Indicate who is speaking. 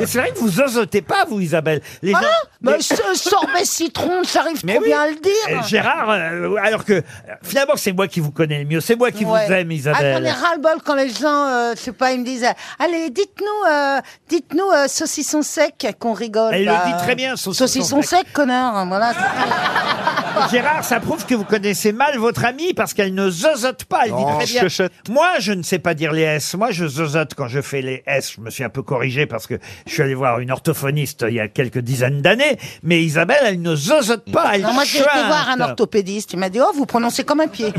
Speaker 1: Mais c'est vrai que vous ozotez pas, vous, Isabelle. Les gens-
Speaker 2: Ah, Mais
Speaker 1: les-
Speaker 2: ce sorbet citron, ça arrive
Speaker 1: Mais
Speaker 2: trop
Speaker 1: oui.
Speaker 2: bien à le dire.
Speaker 1: Euh, Gérard, euh, alors que euh, finalement, c'est moi qui vous connais le mieux. C'est moi qui vous
Speaker 2: Ouais.
Speaker 1: aime,
Speaker 2: Ah, j'en ai
Speaker 1: Isabelle.
Speaker 2: ras-le-bol quand les gens, euh, je sais pas, ils me disent euh, Allez, dites-nous, euh, dites-nous euh, saucisson sec qu'on rigole.
Speaker 1: Elle le
Speaker 2: Bah,
Speaker 1: dit très bien, saucisson
Speaker 2: Saucisson
Speaker 1: sec. Ah,
Speaker 2: sec, connard. hein, Voilà.
Speaker 1: Gérard, ça prouve que vous connaissez mal votre amie parce qu'elle ne zozote pas. Elle
Speaker 3: Non,
Speaker 1: dit très bien.
Speaker 3: chuchote.
Speaker 1: Moi, je ne sais pas dire les S. Moi, je zozote quand je fais les S. Je me suis un peu corrigé parce que je suis allé voir une orthophoniste il y a quelques dizaines d'années. Mais Isabelle, elle ne zozote pas. Elle
Speaker 2: Non, moi, j'ai été
Speaker 1: chuinte.
Speaker 2: voir un orthopédiste. Il m'a dit Oh, vous prononcez comme un pied.